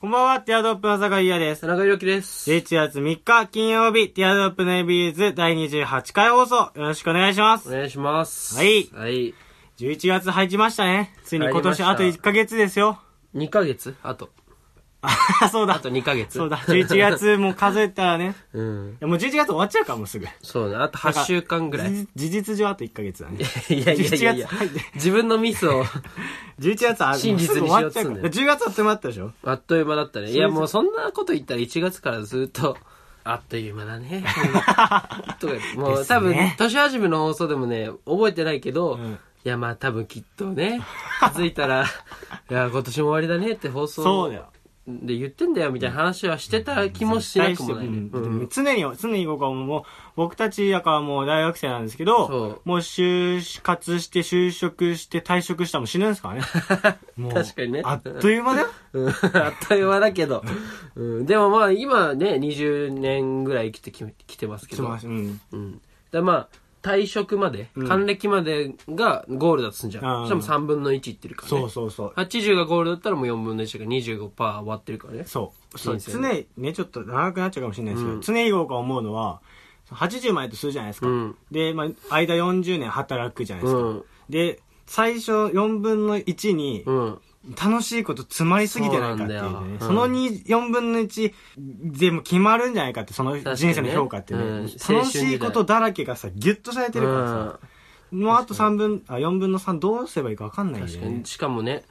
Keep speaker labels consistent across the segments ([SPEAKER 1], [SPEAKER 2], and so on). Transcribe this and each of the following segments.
[SPEAKER 1] こんばんは、ティアドロップの坂井優也です
[SPEAKER 2] 田。中裕樹です。
[SPEAKER 1] 11月3日金曜日、ティアドロップのエビーズ第28回放送、よろしくお願いしま
[SPEAKER 2] お
[SPEAKER 1] す。
[SPEAKER 2] 願いします。
[SPEAKER 1] はい
[SPEAKER 2] はい。
[SPEAKER 1] 11月入りましたね。ついに今
[SPEAKER 2] 入りま
[SPEAKER 1] 年
[SPEAKER 2] した
[SPEAKER 1] あと1ヶ月ですよ。
[SPEAKER 2] 2ヶ月あと。
[SPEAKER 1] あ、そうだ。
[SPEAKER 2] あと2ヶ月。
[SPEAKER 1] そうだ、11。月もう数えたら ね。
[SPEAKER 2] うん。
[SPEAKER 1] いやもう11月終わっちゃうから、もうすぐ。
[SPEAKER 2] そうね。あと8週間ぐらい。い
[SPEAKER 1] 事事実上あと1ヶ月だね。
[SPEAKER 2] や いやいやい
[SPEAKER 1] 11月
[SPEAKER 2] や
[SPEAKER 1] 入って。
[SPEAKER 2] 自分のミスを、
[SPEAKER 1] 11月あ、
[SPEAKER 2] 真実に
[SPEAKER 1] もうすぐ終わっちゃうから。
[SPEAKER 2] しようっ
[SPEAKER 1] 10月はってまったでしょ
[SPEAKER 2] あっという間だったね。いやもうそんなこと言ったら1月からずっと、あっという間 だね。とか、も
[SPEAKER 1] で
[SPEAKER 2] う
[SPEAKER 1] すね
[SPEAKER 2] 多分、年始めの放送でもね、覚えてないけど、
[SPEAKER 1] ん
[SPEAKER 2] いやまあ多分きっと ね、気づいたら、いや今年も終わりだねって放送。
[SPEAKER 1] そうだよ。
[SPEAKER 2] で言ってんだよみたいな話はしてた気もしなくもない、ね
[SPEAKER 1] うん
[SPEAKER 2] うん
[SPEAKER 1] 常に、常に僕はもう、僕たちだからもう大学生なんですけど
[SPEAKER 2] そ、
[SPEAKER 1] もう就活して、就職して、退職したらもう死ぬんですからね。もう
[SPEAKER 2] 確かにね
[SPEAKER 1] あっという 間だよ。
[SPEAKER 2] うん あっという間だけど、うん、でもまあ今ね20年ぐらい生きてききてますけ
[SPEAKER 1] す
[SPEAKER 2] ど
[SPEAKER 1] ません。うん。
[SPEAKER 2] うん、だまあ退職まで、還暦までがゴールだとすんじゃん
[SPEAKER 1] あー
[SPEAKER 2] そしたらもう3分の1いってるからね
[SPEAKER 1] そうそうそう。
[SPEAKER 2] 80がゴールだったらもう4分の1が25%終わってるからね
[SPEAKER 1] そう。そう
[SPEAKER 2] 人生
[SPEAKER 1] 常にね、ちょっと長くなっちゃうかもしれないですけど、常に僕が思うのは、80までとするじゃないですか。
[SPEAKER 2] うん
[SPEAKER 1] で、まあ、間40年働くじゃないですか。
[SPEAKER 2] うん
[SPEAKER 1] で、最初4分の1に、
[SPEAKER 2] うん
[SPEAKER 1] 楽しいこと詰まりすぎてないかっていう
[SPEAKER 2] そうなんだ
[SPEAKER 1] ね。
[SPEAKER 2] よ
[SPEAKER 1] その2、4分の1全部決まるんじゃないかって、その人生の評価ってね。
[SPEAKER 2] 確かにねうん
[SPEAKER 1] 楽しいことだらけがさ、ギュッとされてるからさ、もうあと3分、あ、4分の3どうすればいいかわかんないよ
[SPEAKER 2] 確かに
[SPEAKER 1] ね。
[SPEAKER 2] しかもね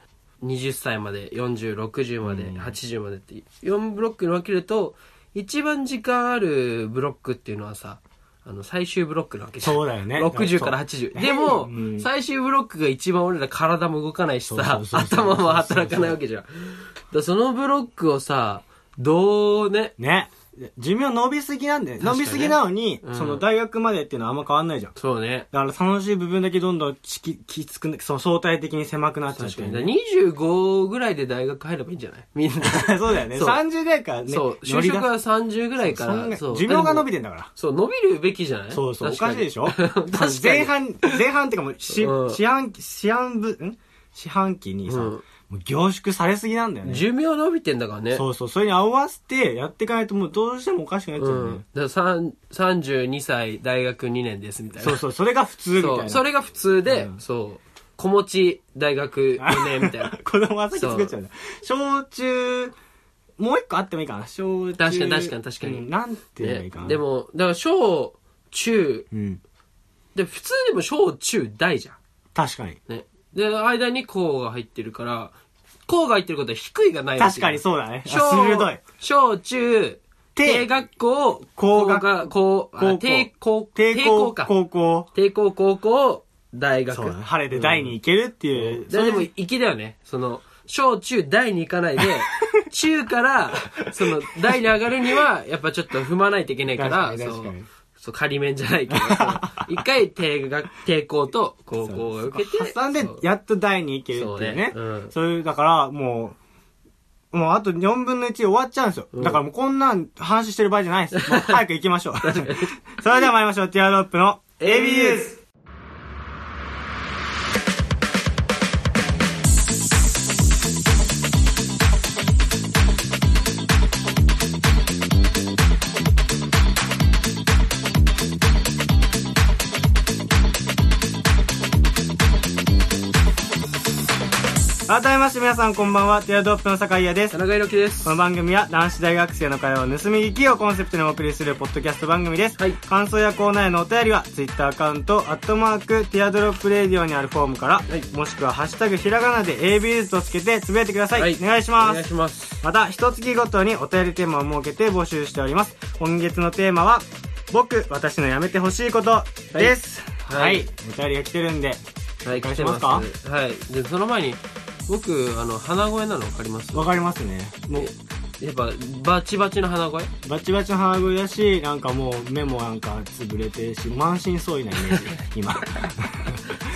[SPEAKER 2] 20歳まで4060まで、80までって4ブロックに分けると一番時間あるブロックっていうのはさあの最終ブロックなわけじゃん
[SPEAKER 1] そうだよね
[SPEAKER 2] 60から80でも、
[SPEAKER 1] うん
[SPEAKER 2] 最終ブロックが一番俺ら体も動かないしさ
[SPEAKER 1] そうそうそうそう
[SPEAKER 2] 頭も働かないわけじゃんだからそのブロックをさどうね
[SPEAKER 1] ね。寿命伸びすぎなんだよね。伸
[SPEAKER 2] 確かにね
[SPEAKER 1] びすぎなのに、
[SPEAKER 2] うん
[SPEAKER 1] その大学までっていうのはあんま変わんないじゃん。
[SPEAKER 2] そうね
[SPEAKER 1] だから楽しい部分だけどんどんきききつく、そう相対的に狭くなっちゃう
[SPEAKER 2] 確
[SPEAKER 1] って
[SPEAKER 2] か
[SPEAKER 1] いう
[SPEAKER 2] にだ
[SPEAKER 1] ね。
[SPEAKER 2] から25ぐらいで大学入ればいいんじゃないみんな
[SPEAKER 1] そう だよね。
[SPEAKER 2] そう
[SPEAKER 1] 30代からね。
[SPEAKER 2] そう
[SPEAKER 1] 乗
[SPEAKER 2] 就
[SPEAKER 1] り出
[SPEAKER 2] 職は30ぐらいか
[SPEAKER 1] そんな
[SPEAKER 2] らそう
[SPEAKER 1] 寿命が伸
[SPEAKER 2] び
[SPEAKER 1] びてんだから。
[SPEAKER 2] そう、伸びるべきじゃない
[SPEAKER 1] そうそう、お
[SPEAKER 2] 確
[SPEAKER 1] か
[SPEAKER 2] か
[SPEAKER 1] しい
[SPEAKER 2] に
[SPEAKER 1] でしょ
[SPEAKER 2] 確かに
[SPEAKER 1] 前半、前半ってかもう、し、
[SPEAKER 2] うん
[SPEAKER 1] 四半期、四半分、ん四半期にさ、
[SPEAKER 2] うん
[SPEAKER 1] もう凝縮されすぎなんだよね。
[SPEAKER 2] 寿命伸びてんだからね。
[SPEAKER 1] そうそう、それに合わせてやっていかないともうどうしてもおかしくなっちゃう
[SPEAKER 2] う
[SPEAKER 1] よね。
[SPEAKER 2] ん。だからさん32歳、大学2年です、みたいな。
[SPEAKER 1] そうそう、それが普通みたい
[SPEAKER 2] そ
[SPEAKER 1] な。。
[SPEAKER 2] うそれが普通で、そう。子持ち、大学4年、みたいな
[SPEAKER 1] 子供は先 作っちゃうんだ。小中、もう一個あってもいいかな。小中。
[SPEAKER 2] 確かに確かに確かに
[SPEAKER 1] うんなんて言えばいい
[SPEAKER 2] ね
[SPEAKER 1] かな。
[SPEAKER 2] で、も、だから小、中、
[SPEAKER 1] うん。
[SPEAKER 2] で、普通でも小、中、大じゃん。
[SPEAKER 1] 確かに。
[SPEAKER 2] ね。で、間に高が入ってるから、高が入ってることは低いがないわけ
[SPEAKER 1] 確かにそうだね。あ
[SPEAKER 2] 小、
[SPEAKER 1] 鋭い。
[SPEAKER 2] 小中、
[SPEAKER 1] 低
[SPEAKER 2] 低学校、
[SPEAKER 1] 高学
[SPEAKER 2] が、高、
[SPEAKER 1] 高
[SPEAKER 2] あ
[SPEAKER 1] 校
[SPEAKER 2] 低高、
[SPEAKER 1] 低校、
[SPEAKER 2] か。
[SPEAKER 1] 高校。
[SPEAKER 2] 帝高高校大学
[SPEAKER 1] そうだね晴れて第に行けるっていう。
[SPEAKER 2] ででも粋だよねその小中大に行かな いで中からその大に上がるにはやっぱちょっと踏まないといけないから
[SPEAKER 1] 確かに
[SPEAKER 2] そ
[SPEAKER 1] 確
[SPEAKER 2] う
[SPEAKER 1] かに
[SPEAKER 2] そう仮面じゃないけどこう一回帝学帝高と高校を受けて
[SPEAKER 1] 挟んで
[SPEAKER 2] そう、
[SPEAKER 1] やっと第に行けるっていうね。
[SPEAKER 2] そ
[SPEAKER 1] そうう
[SPEAKER 2] ねうん
[SPEAKER 1] いう、だから、もう、もうあと4分の1終わっちゃうんですよ。だからもうこんなん話してる場合じゃない です。もう早く行きましょう。 それでは参りましょう。ティアドロップの ABUS! 改めまして皆さんこんばんは。ティアドロップの酒井優で
[SPEAKER 2] 田
[SPEAKER 1] す。
[SPEAKER 2] 中裕樹です
[SPEAKER 1] この番組は男子大学生の会話を盗み聞きをコンセプトにお送りするポッドキャスト番組です。
[SPEAKER 2] はい
[SPEAKER 1] 感想やコーナーへのお便りは、ツイッターアカウント、アットマーク、ティアドロップレディオにあるフォームから、
[SPEAKER 2] はい
[SPEAKER 1] もしくはハッシュタグひらがなで ABS とつけてつぶやいてください。
[SPEAKER 2] は
[SPEAKER 1] お願いしま
[SPEAKER 2] お願い
[SPEAKER 1] す。
[SPEAKER 2] します
[SPEAKER 1] また、一月ごとにお便りテーマを設けて募集しております。今月のテーマは、僕、私のやめてほしいことです。は。
[SPEAKER 2] はいい
[SPEAKER 1] お便りが来てるんで、
[SPEAKER 2] はい
[SPEAKER 1] 願い
[SPEAKER 2] 来
[SPEAKER 1] してます
[SPEAKER 2] ます
[SPEAKER 1] か
[SPEAKER 2] はいでその前に僕あの鼻声なの分かります
[SPEAKER 1] わかりますね。もう、
[SPEAKER 2] やっぱバチバチの鼻声
[SPEAKER 1] バチバチの鼻声だし、なんかもう目もなんか潰れてるし、満身創痍なイメージ、 今。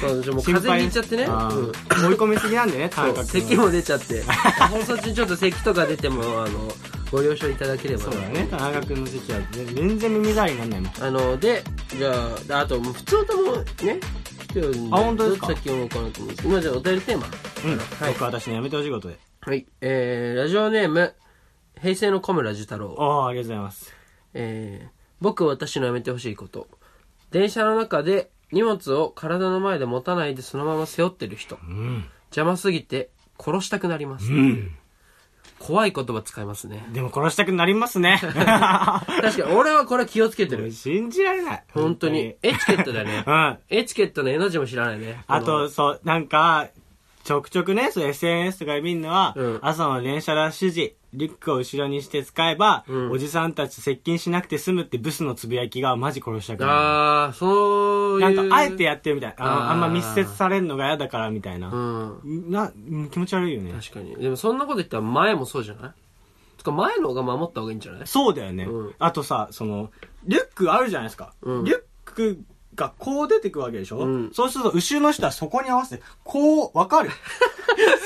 [SPEAKER 2] そうでしょもう風邪ひいちゃってね、
[SPEAKER 1] あ
[SPEAKER 2] うん
[SPEAKER 1] ー追い込みすぎなんでね、
[SPEAKER 2] そ
[SPEAKER 1] 感
[SPEAKER 2] う
[SPEAKER 1] 覚が
[SPEAKER 2] 咳も出ちゃっ て放送中ちょっと咳とか出てもあのご了承いただければ
[SPEAKER 1] そ
[SPEAKER 2] な
[SPEAKER 1] うだね、田中君の咳は全全然耳障りになんないもん。
[SPEAKER 2] あのでじゃあであともう普通ともね来てるんで
[SPEAKER 1] あ本当ですか
[SPEAKER 2] どっち先読もうかなと思うんですけどまあじゃあお便りテーマ
[SPEAKER 1] うん。僕は私のやめてほしいことで。
[SPEAKER 2] はいえー、ラジオネーム平成の小村寿太郎。
[SPEAKER 1] ああ、ありがとうございます。
[SPEAKER 2] えー僕私のやめてほしいこと電車の中で荷物を体の前で持たないでそのまま背負ってる人
[SPEAKER 1] うん。
[SPEAKER 2] 邪魔すぎて殺したくなりま
[SPEAKER 1] う
[SPEAKER 2] す、
[SPEAKER 1] ん。
[SPEAKER 2] 怖い言葉使いますね
[SPEAKER 1] でも殺したくなります ね。
[SPEAKER 2] 確かに俺はこれ気をつけてる
[SPEAKER 1] 信じられない。
[SPEAKER 2] 本当に。エチケットだよね
[SPEAKER 1] うん。
[SPEAKER 2] エチケットの絵の字も知らないね
[SPEAKER 1] あと、そう、なんか、ちょくちょくね、そう SNS とかで見るのは、
[SPEAKER 2] うん
[SPEAKER 1] 朝の電車ラッシュ時、リュックを後ろにして使えば、
[SPEAKER 2] うん
[SPEAKER 1] おじさんたち接近しなくて済むってブスのつぶやきがマジ殺したくな
[SPEAKER 2] ああそう
[SPEAKER 1] る。
[SPEAKER 2] い
[SPEAKER 1] な
[SPEAKER 2] うん
[SPEAKER 1] か、あえてやってるみたいな。あの
[SPEAKER 2] あー
[SPEAKER 1] あんま密接されるのが嫌だからみたいな。
[SPEAKER 2] うん
[SPEAKER 1] な、うん気持ち悪いよね。
[SPEAKER 2] 確かにでもそんなこと言ったら前もそうじゃないつか前の方が守った方がいいんじゃない
[SPEAKER 1] そうだよね、
[SPEAKER 2] うん
[SPEAKER 1] あとさ、その、リュックあるじゃないですか。
[SPEAKER 2] うん
[SPEAKER 1] リュックがこう出てくわけでしょ、
[SPEAKER 2] うん
[SPEAKER 1] そうすると、後ろの人はそこに合わせて、こう、わ かる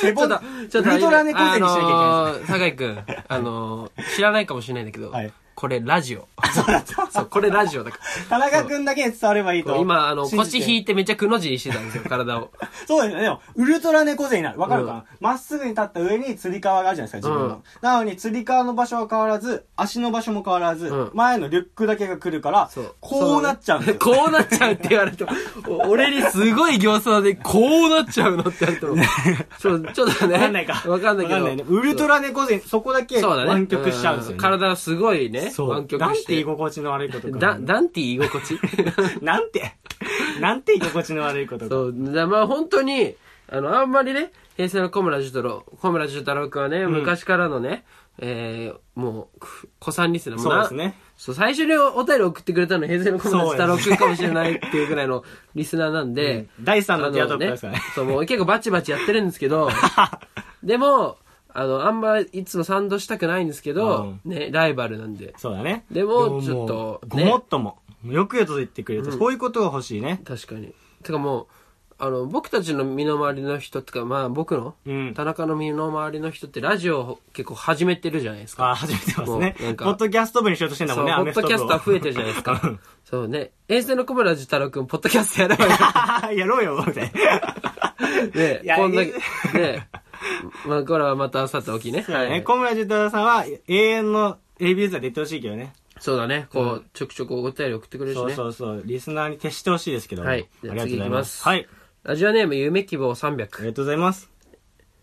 [SPEAKER 1] 背
[SPEAKER 2] ちょっ
[SPEAKER 1] 骨
[SPEAKER 2] と、ちょっと、
[SPEAKER 1] ウルトラ猫背にしなきゃいけない。
[SPEAKER 2] い酒井くん、あのー、知らないかもしれないんだけど、
[SPEAKER 1] はい
[SPEAKER 2] これラジオ。
[SPEAKER 1] そうだった。
[SPEAKER 2] そう、これラジオだか
[SPEAKER 1] 田中くんだけに伝わればいい
[SPEAKER 2] ら。
[SPEAKER 1] と。
[SPEAKER 2] 今、あの、腰引
[SPEAKER 1] い
[SPEAKER 2] いてめっちゃくの字にしてたんですよ、体を。
[SPEAKER 1] そうですね。でも、ウルトラ猫背になる。わかるかなま、っすぐに立った上に釣り革があるじゃないですか、自分の。
[SPEAKER 2] うん
[SPEAKER 1] なのに、釣り革の場所は変わらず、足の場所も変わらず、
[SPEAKER 2] うん
[SPEAKER 1] 前のリュックだけが来るから
[SPEAKER 2] そう、。
[SPEAKER 1] こうなっちゃうんですよ。
[SPEAKER 2] こうなっちゃうって言われても、お俺にすごい行相で、こうなっちゃうのって言われても、そう、ちょっとね。
[SPEAKER 1] わかんないか。
[SPEAKER 2] わかんないけど。
[SPEAKER 1] ねウルトラ猫背、そこだけ
[SPEAKER 2] そうだね。
[SPEAKER 1] 湾曲しちゃうんですよ、
[SPEAKER 2] う
[SPEAKER 1] ね。
[SPEAKER 2] 体すごいね。
[SPEAKER 1] そう。
[SPEAKER 2] 湾曲
[SPEAKER 1] なん
[SPEAKER 2] してて
[SPEAKER 1] 居。心地の悪いことか。
[SPEAKER 2] だ、ダンティ居心地
[SPEAKER 1] なんて、 なんて居心地の悪いことか。
[SPEAKER 2] そう、だからまあ本当に、あの、あんまりね、平成の小村寿太郎、小村寿太郎くんはね、昔からのね、えー、もう、く子さんリスナーもう
[SPEAKER 1] そう
[SPEAKER 2] な
[SPEAKER 1] ですね。
[SPEAKER 2] そう、最初にお便り送ってくれたの平成の小村寿太郎くんかもしれないっていうぐらいのリスナーなんで、
[SPEAKER 1] 第3
[SPEAKER 2] あ
[SPEAKER 1] の
[SPEAKER 2] の
[SPEAKER 1] ティアドロップ
[SPEAKER 2] ね
[SPEAKER 1] ですからね。、
[SPEAKER 2] そう、もう結構バチバチやってるんです けど、でも、あの、あんまいつも賛同したくないんですけど、ね、ライバルなんで。
[SPEAKER 1] そうだね。
[SPEAKER 2] でもちょっと
[SPEAKER 1] でももう
[SPEAKER 2] ね
[SPEAKER 1] ごもっとも。よくよと言ってくれた。そういうことが欲しいね。
[SPEAKER 2] 確かに。てかもう、あの、僕たちの身の回りの人とか、まあ僕の、
[SPEAKER 1] うん
[SPEAKER 2] 田中の身の回りの人ってラジオを結構始めてるじゃないですか。
[SPEAKER 1] あ、初めてますね
[SPEAKER 2] もうなん。か
[SPEAKER 1] ポッドキャスト部にしようとしてんだ
[SPEAKER 2] そ
[SPEAKER 1] も
[SPEAKER 2] う、
[SPEAKER 1] ん
[SPEAKER 2] ポ
[SPEAKER 1] ね、アメ
[SPEAKER 2] ッ
[SPEAKER 1] フト
[SPEAKER 2] ド
[SPEAKER 1] 部
[SPEAKER 2] キャスター増えてるじゃないですか。そうね。衛星の小村寿太郎くん、ポッドキャストやればいい
[SPEAKER 1] を。 やろうよ、みたい
[SPEAKER 2] で
[SPEAKER 1] いや、
[SPEAKER 2] こんだ
[SPEAKER 1] いい
[SPEAKER 2] け
[SPEAKER 1] ね、
[SPEAKER 2] で、まあこれはまたさておきね。
[SPEAKER 1] な。
[SPEAKER 2] は
[SPEAKER 1] ね
[SPEAKER 2] い
[SPEAKER 1] 小村寿太郎さんは永遠の ABS で言ってほしいけどね。
[SPEAKER 2] そうだね。こう、ちょくちょくお便り送ってくれるし
[SPEAKER 1] そう
[SPEAKER 2] ね。
[SPEAKER 1] そうそう。リスナーに徹してほしいですけど。
[SPEAKER 2] はい
[SPEAKER 1] あり
[SPEAKER 2] じゃあ
[SPEAKER 1] がとうございます。
[SPEAKER 2] 次
[SPEAKER 1] は
[SPEAKER 2] 行
[SPEAKER 1] い
[SPEAKER 2] き。ラジオネーム、夢希望
[SPEAKER 1] あ
[SPEAKER 2] 300
[SPEAKER 1] り。がとうございます。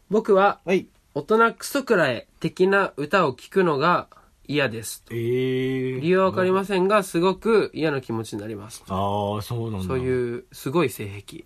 [SPEAKER 2] 僕は、
[SPEAKER 1] はい。
[SPEAKER 2] 大人クソくらえ的な歌を聴くのが嫌です。
[SPEAKER 1] えー。
[SPEAKER 2] 理由はわかりませんが、すごく嫌な気持ちになります。
[SPEAKER 1] ああ、そうなんだ。
[SPEAKER 2] そう
[SPEAKER 1] う。
[SPEAKER 2] いう、すごい 性癖。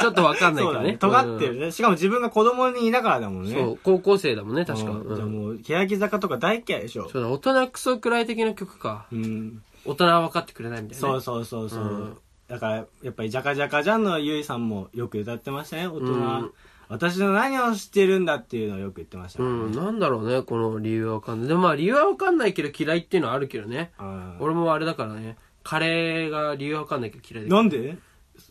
[SPEAKER 2] ちょっとわかんない
[SPEAKER 1] そう
[SPEAKER 2] けど
[SPEAKER 1] だ
[SPEAKER 2] ね
[SPEAKER 1] ね。。尖ってるね。しかも自分が子供にいながらだもん
[SPEAKER 2] うん
[SPEAKER 1] ね。
[SPEAKER 2] そう、高校生だもんね、確か。
[SPEAKER 1] うんじゃあ
[SPEAKER 2] うん
[SPEAKER 1] もう、欅坂とか大嫌いでしょ。
[SPEAKER 2] そうだ、大人クソくらい的な曲か。
[SPEAKER 1] うん。
[SPEAKER 2] 大人は分かってくれないみたいなね。
[SPEAKER 1] そうそうそうそう。
[SPEAKER 2] うん
[SPEAKER 1] だから、やっぱり、ジャカジャカジャンのゆいさんもよく歌ってましたね、大人。
[SPEAKER 2] うん
[SPEAKER 1] 私の何を知ってるんだっていうのをよく言ってました、
[SPEAKER 2] うん、なんだろうね、この理由はわかんない。でもまあ理由はわかんないけど嫌いっていうのはあるけどね。
[SPEAKER 1] あー
[SPEAKER 2] 俺もあれだからね、カレーが理由はわかんないけど嫌いだけど
[SPEAKER 1] なんで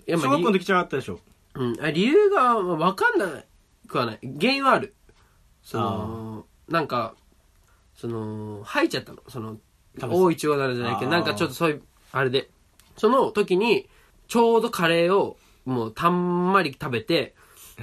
[SPEAKER 2] いやま
[SPEAKER 1] 小
[SPEAKER 2] あ
[SPEAKER 1] 学
[SPEAKER 2] 理
[SPEAKER 1] 校の時じゃなかったでしょ。
[SPEAKER 2] うん、あ理由がわかんなくはない。原因はある。その、なんか、その、吐いちゃったの。その、
[SPEAKER 1] 多分
[SPEAKER 2] 大いちごなるじゃないけど、
[SPEAKER 1] あー
[SPEAKER 2] なんかちょっとそういう、あれで。その時に、ちょうどカレーを、もうたんまり食べて、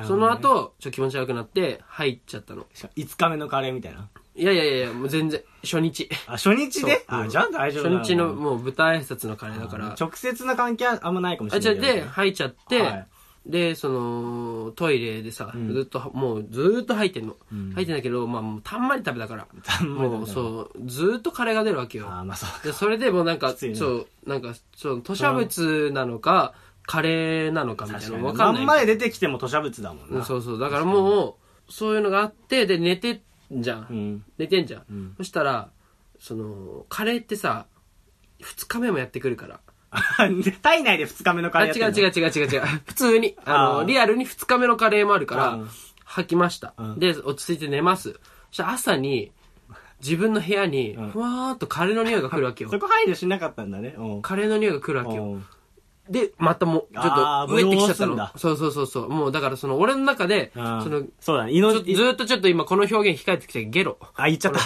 [SPEAKER 2] その後、ちょっと気持ち悪くなって、入っちゃったの。
[SPEAKER 1] 5日目のカレーみたいな。
[SPEAKER 2] いやいやいやいや、もう全然、初日。
[SPEAKER 1] あ、 初日で
[SPEAKER 2] そうう
[SPEAKER 1] あ、
[SPEAKER 2] ん
[SPEAKER 1] じゃあ大丈夫だな
[SPEAKER 2] 初日のもう舞台挨拶のカレーだから。
[SPEAKER 1] 直接な関係はあんまないかもし
[SPEAKER 2] あ、
[SPEAKER 1] れ
[SPEAKER 2] じ
[SPEAKER 1] な
[SPEAKER 2] ゃあ
[SPEAKER 1] いけどね。
[SPEAKER 2] で、吐いちゃって、
[SPEAKER 1] はい
[SPEAKER 2] で、その、トイレでさ、
[SPEAKER 1] ん
[SPEAKER 2] ずっとは、もうずーっと吐いてんの。
[SPEAKER 1] ん
[SPEAKER 2] 吐いてんだけど、まあ、もうたんまり食べたから。
[SPEAKER 1] たんまり食べたから
[SPEAKER 2] もう、そう、ずーっとカレーが出るわけよ。
[SPEAKER 1] あー、まあそう。
[SPEAKER 2] で、それでもうなんか、
[SPEAKER 1] きついね
[SPEAKER 2] そう、なんか、そう、吐砂物なのか、カレーなのかみたい
[SPEAKER 1] 確
[SPEAKER 2] な
[SPEAKER 1] か
[SPEAKER 2] の
[SPEAKER 1] に。
[SPEAKER 2] わか
[SPEAKER 1] 真
[SPEAKER 2] ん
[SPEAKER 1] ん
[SPEAKER 2] ないみた
[SPEAKER 1] 前
[SPEAKER 2] い
[SPEAKER 1] 出てきても吐砂物だもん
[SPEAKER 2] な。うん
[SPEAKER 1] な。
[SPEAKER 2] そうそう。だからもう、そういうのがあって、で、寝てんじゃん。
[SPEAKER 1] うん。
[SPEAKER 2] 寝てんじゃん。
[SPEAKER 1] うん
[SPEAKER 2] そしたら、その、カレーってさ、二日目もやってくるから。
[SPEAKER 1] あ体内で2日目のカ
[SPEAKER 2] あ、
[SPEAKER 1] レー
[SPEAKER 2] 違
[SPEAKER 1] や
[SPEAKER 2] う
[SPEAKER 1] ってんの
[SPEAKER 2] 違う違う違う違う。普通に、あの、
[SPEAKER 1] あー
[SPEAKER 2] リアルに2日目のカレーもあるか
[SPEAKER 1] う
[SPEAKER 2] ら
[SPEAKER 1] ん、
[SPEAKER 2] 吐きました
[SPEAKER 1] う。ん
[SPEAKER 2] で、落ち着いて寝ます。そしたら朝に、自分の部屋に、
[SPEAKER 1] ん
[SPEAKER 2] ふわーっとカレーの匂いが来るわけよ
[SPEAKER 1] そ。こ配慮しなかったんだね。うん
[SPEAKER 2] カレーの匂いが来るわけよ。
[SPEAKER 1] うん
[SPEAKER 2] で、またもう、ちょ
[SPEAKER 1] あ
[SPEAKER 2] っ
[SPEAKER 1] ー
[SPEAKER 2] と、植えてきちゃ
[SPEAKER 1] 潤
[SPEAKER 2] った
[SPEAKER 1] すんだ
[SPEAKER 2] の。そうそうそうそう。もう、だからその、俺の中で、そ
[SPEAKER 1] うん
[SPEAKER 2] の、ち
[SPEAKER 1] そうだね。
[SPEAKER 2] ょず
[SPEAKER 1] 命、
[SPEAKER 2] ーっとちょっと今この表現控えてきて、ゲロ。
[SPEAKER 1] あ、言っちゃった。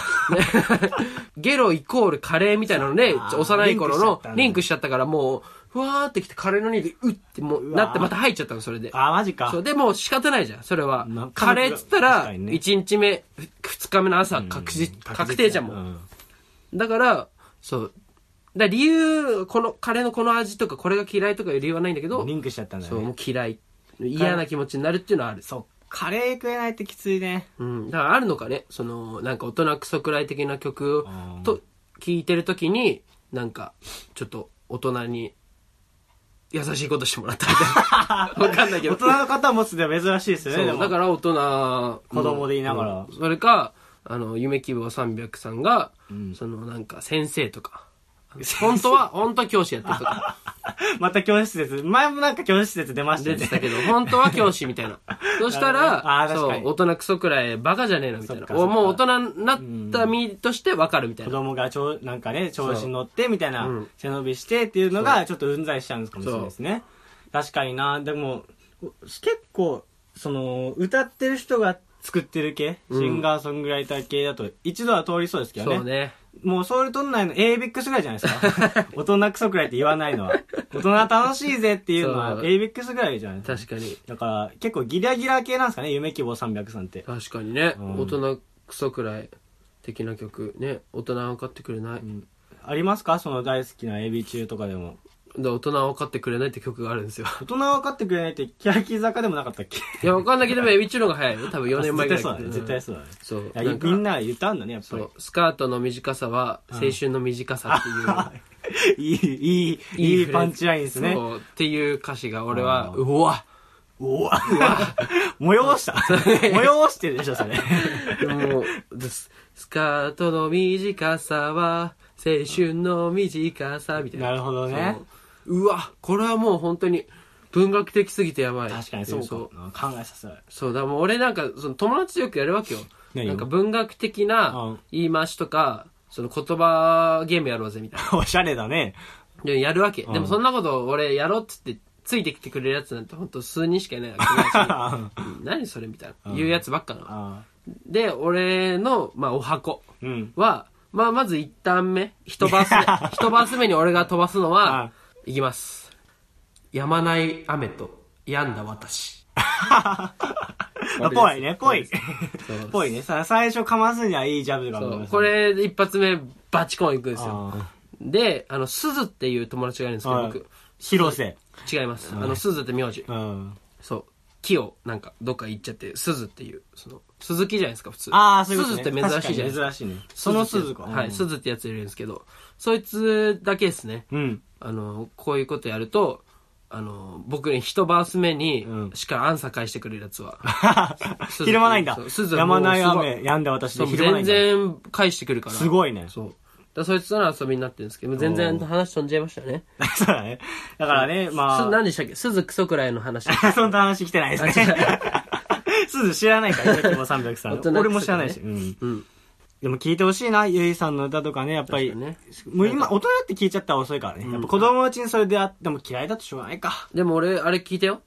[SPEAKER 2] ゲロイコールカレーみたいなので、
[SPEAKER 1] あー
[SPEAKER 2] 幼い頃
[SPEAKER 1] リンクしちゃったんだ
[SPEAKER 2] のリンクしちゃったからもう、ふわーってきてカレーの匂いでうってもう
[SPEAKER 1] うわー
[SPEAKER 2] なってまた入っちゃったのそれで
[SPEAKER 1] あ、マジか
[SPEAKER 2] そ。うでもう仕方ないじゃんそれは
[SPEAKER 1] なかなか
[SPEAKER 2] カレーっつった
[SPEAKER 1] 確
[SPEAKER 2] ら
[SPEAKER 1] かにね
[SPEAKER 2] 1日目2日目の朝確実確定じゃんもう
[SPEAKER 1] うん。
[SPEAKER 2] だから、そう。だから理由、この、カレーのこの味とか、これが嫌いとかいう理由はないんだけど
[SPEAKER 1] リ、ンクしちゃったんだ
[SPEAKER 2] そう、も
[SPEAKER 1] ね。
[SPEAKER 2] う嫌い。嫌な気持ちになるっていうのはある。
[SPEAKER 1] そう。カレー食えないってきついね。
[SPEAKER 2] うん。だからあるのかね、その、なんか大人クソくらい的な曲を
[SPEAKER 1] あー、
[SPEAKER 2] と、聴いてるときに、なんか、ちょっと、大人に、優しいことしてもらったみたいな。わかんないけ
[SPEAKER 1] 大
[SPEAKER 2] ど。
[SPEAKER 1] 人の方持つでは珍しいですよね。で
[SPEAKER 2] そう、
[SPEAKER 1] も
[SPEAKER 2] だから大人、
[SPEAKER 1] 子供でいながら
[SPEAKER 2] うんそれか、あの、夢希望300さんが、
[SPEAKER 1] うん
[SPEAKER 2] そのなんか先生とか、本当は、本当は教師やってると か、
[SPEAKER 1] また教室です。前もなんか教室説出ました
[SPEAKER 2] 出
[SPEAKER 1] よ
[SPEAKER 2] て
[SPEAKER 1] ね。
[SPEAKER 2] たけど、本当は教師み たいな。そし
[SPEAKER 1] な
[SPEAKER 2] たら、
[SPEAKER 1] るほ
[SPEAKER 2] そ
[SPEAKER 1] どねあー確か
[SPEAKER 2] う
[SPEAKER 1] に、
[SPEAKER 2] 大人クソくらいバカじゃねえのみたい
[SPEAKER 1] そ
[SPEAKER 2] な
[SPEAKER 1] っ。かそっ
[SPEAKER 2] お
[SPEAKER 1] か
[SPEAKER 2] もう大人になった身としてわかるみたい
[SPEAKER 1] 子
[SPEAKER 2] な。
[SPEAKER 1] 供がちょうなんかね、調子に乗ってみたいな、
[SPEAKER 2] うん
[SPEAKER 1] 背伸びしてっていうのが、ちょっとうんざりしちゃうんかもしれないですね。確かにな、でも、結構、その、歌ってる人が作ってる系、
[SPEAKER 2] うん
[SPEAKER 1] シンガーソングライター系だと、一度は通りそうですけど
[SPEAKER 2] そう
[SPEAKER 1] ね。
[SPEAKER 2] ね。
[SPEAKER 1] もうソウルトン内の ABIX ぐらいじゃないです か。大人クソくらいって言わないのは。大人楽しいぜっていうのは
[SPEAKER 2] そう
[SPEAKER 1] ABIX ぐらいじゃないですか。
[SPEAKER 2] 確かに。
[SPEAKER 1] だから、結構ギラギラ系なんですかね、夢希望300さんって。
[SPEAKER 2] 確かにね。
[SPEAKER 1] うん
[SPEAKER 2] 大人クソくらい的な曲。ね。大人は分かってくれない。
[SPEAKER 1] ありますかその大好きな AB 中とかでも。
[SPEAKER 2] で大人は分かってくれないって曲があるんですよ。
[SPEAKER 1] 大人は分かってくれないって、欅坂でもなかったっけ
[SPEAKER 2] いや、わかんないけど、エビチューの方が早いよ。多分4年前ぐ
[SPEAKER 1] 絶対
[SPEAKER 2] らい。
[SPEAKER 1] そうだね。絶対そうだね。
[SPEAKER 2] そう。
[SPEAKER 1] いや
[SPEAKER 2] なんか
[SPEAKER 1] みんな言ったんだね、やっぱ
[SPEAKER 2] そ
[SPEAKER 1] り
[SPEAKER 2] う。。スカートの短さは青春の短さっ ていう。
[SPEAKER 1] いい、い い、いいパンチラインですね。
[SPEAKER 2] そうっていう歌詞が俺は、
[SPEAKER 1] あ
[SPEAKER 2] うわ
[SPEAKER 1] うわ、 催した。 催してるでしょ、そ れ。
[SPEAKER 2] もうですスカートの短さは青春の短さみたいな。
[SPEAKER 1] なるほどね
[SPEAKER 2] そう。うわこれはもう本当に文学的すぎてやばい。
[SPEAKER 1] 確かにそうか
[SPEAKER 2] そう。
[SPEAKER 1] もな。考えさせられる。
[SPEAKER 2] そうだ、もう俺なんか、その友達とよくやるわけよ。
[SPEAKER 1] 何を
[SPEAKER 2] なんか文学的
[SPEAKER 1] う
[SPEAKER 2] なん言い回しとか、その言葉ゲームやろうぜみたい な。
[SPEAKER 1] おしゃれだね。
[SPEAKER 2] でやるわけ。
[SPEAKER 1] ん
[SPEAKER 2] でもそんなこと俺やろうっつって、ついてきてくれるやつなんてほんと数人しかいないわけだし
[SPEAKER 1] あ
[SPEAKER 2] うん何それみたいな。
[SPEAKER 1] うん
[SPEAKER 2] 言うやつばっかなの。
[SPEAKER 1] あ
[SPEAKER 2] で、俺の、まあ、お箱
[SPEAKER 1] うん。
[SPEAKER 2] は、まあ、まず一旦目、一 バース目、一バース目に俺が飛ばすのは、いきます。やまない雨と、病んだ私。
[SPEAKER 1] あぽいね、ぽい。
[SPEAKER 2] そう
[SPEAKER 1] ぽいね。さ最初かますにはいいジャブが
[SPEAKER 2] そうこれ、一発目、バチコンいくんですよ。
[SPEAKER 1] あ
[SPEAKER 2] で、あの、鈴っていう友達がいるんですけど、
[SPEAKER 1] はい
[SPEAKER 2] 僕。
[SPEAKER 1] 広瀬。
[SPEAKER 2] 違います。あの、鈴って名字。
[SPEAKER 1] うん。
[SPEAKER 2] そう。木をなんかどっか行っちゃって、鈴っていう、その、鈴木じゃないですか、普通。
[SPEAKER 1] ああ、そういうことね。
[SPEAKER 2] 鈴って珍しいじゃな
[SPEAKER 1] 確
[SPEAKER 2] いですか。
[SPEAKER 1] かに珍しいね。その鈴か。
[SPEAKER 2] はい、
[SPEAKER 1] 鈴。
[SPEAKER 2] 鈴ってやついるんですけど、そいつだけですね。
[SPEAKER 1] うん。
[SPEAKER 2] あの、こういうことやると、あの、僕に一バース目に
[SPEAKER 1] うん、
[SPEAKER 2] しっかりアンサー返してくれるやつは。鈴
[SPEAKER 1] ひるまないんだ
[SPEAKER 2] そう鈴。は
[SPEAKER 1] や
[SPEAKER 2] もう
[SPEAKER 1] まない
[SPEAKER 2] すごい
[SPEAKER 1] 雨、やんだ私
[SPEAKER 2] そ
[SPEAKER 1] で
[SPEAKER 2] う
[SPEAKER 1] ひるまない
[SPEAKER 2] 全
[SPEAKER 1] んだ。
[SPEAKER 2] 然返してくるから。
[SPEAKER 1] すごいね。
[SPEAKER 2] そう。だからそいつとの遊びになってるんですけど、全然
[SPEAKER 1] おー
[SPEAKER 2] 話飛んじゃいましたね。
[SPEAKER 1] そうだね。 だからね、
[SPEAKER 2] す
[SPEAKER 1] ま
[SPEAKER 2] 何でしたっけ鈴クソくらいの 話。
[SPEAKER 1] あ、 そんな話来てないですね。 すず知らないから、今も300さ
[SPEAKER 2] 大人です
[SPEAKER 1] ん。
[SPEAKER 2] ね
[SPEAKER 1] 俺も知らないし。うん
[SPEAKER 2] うん。
[SPEAKER 1] でも聞いてほしいな、ゆいさんの歌とかね、やっぱり
[SPEAKER 2] 確かにね。
[SPEAKER 1] もう今、大人って聞いちゃったら遅いからね。やっぱ子供のうちにそれであっても嫌いだとしょうがないか。
[SPEAKER 2] でも俺、あれ聞いたよ。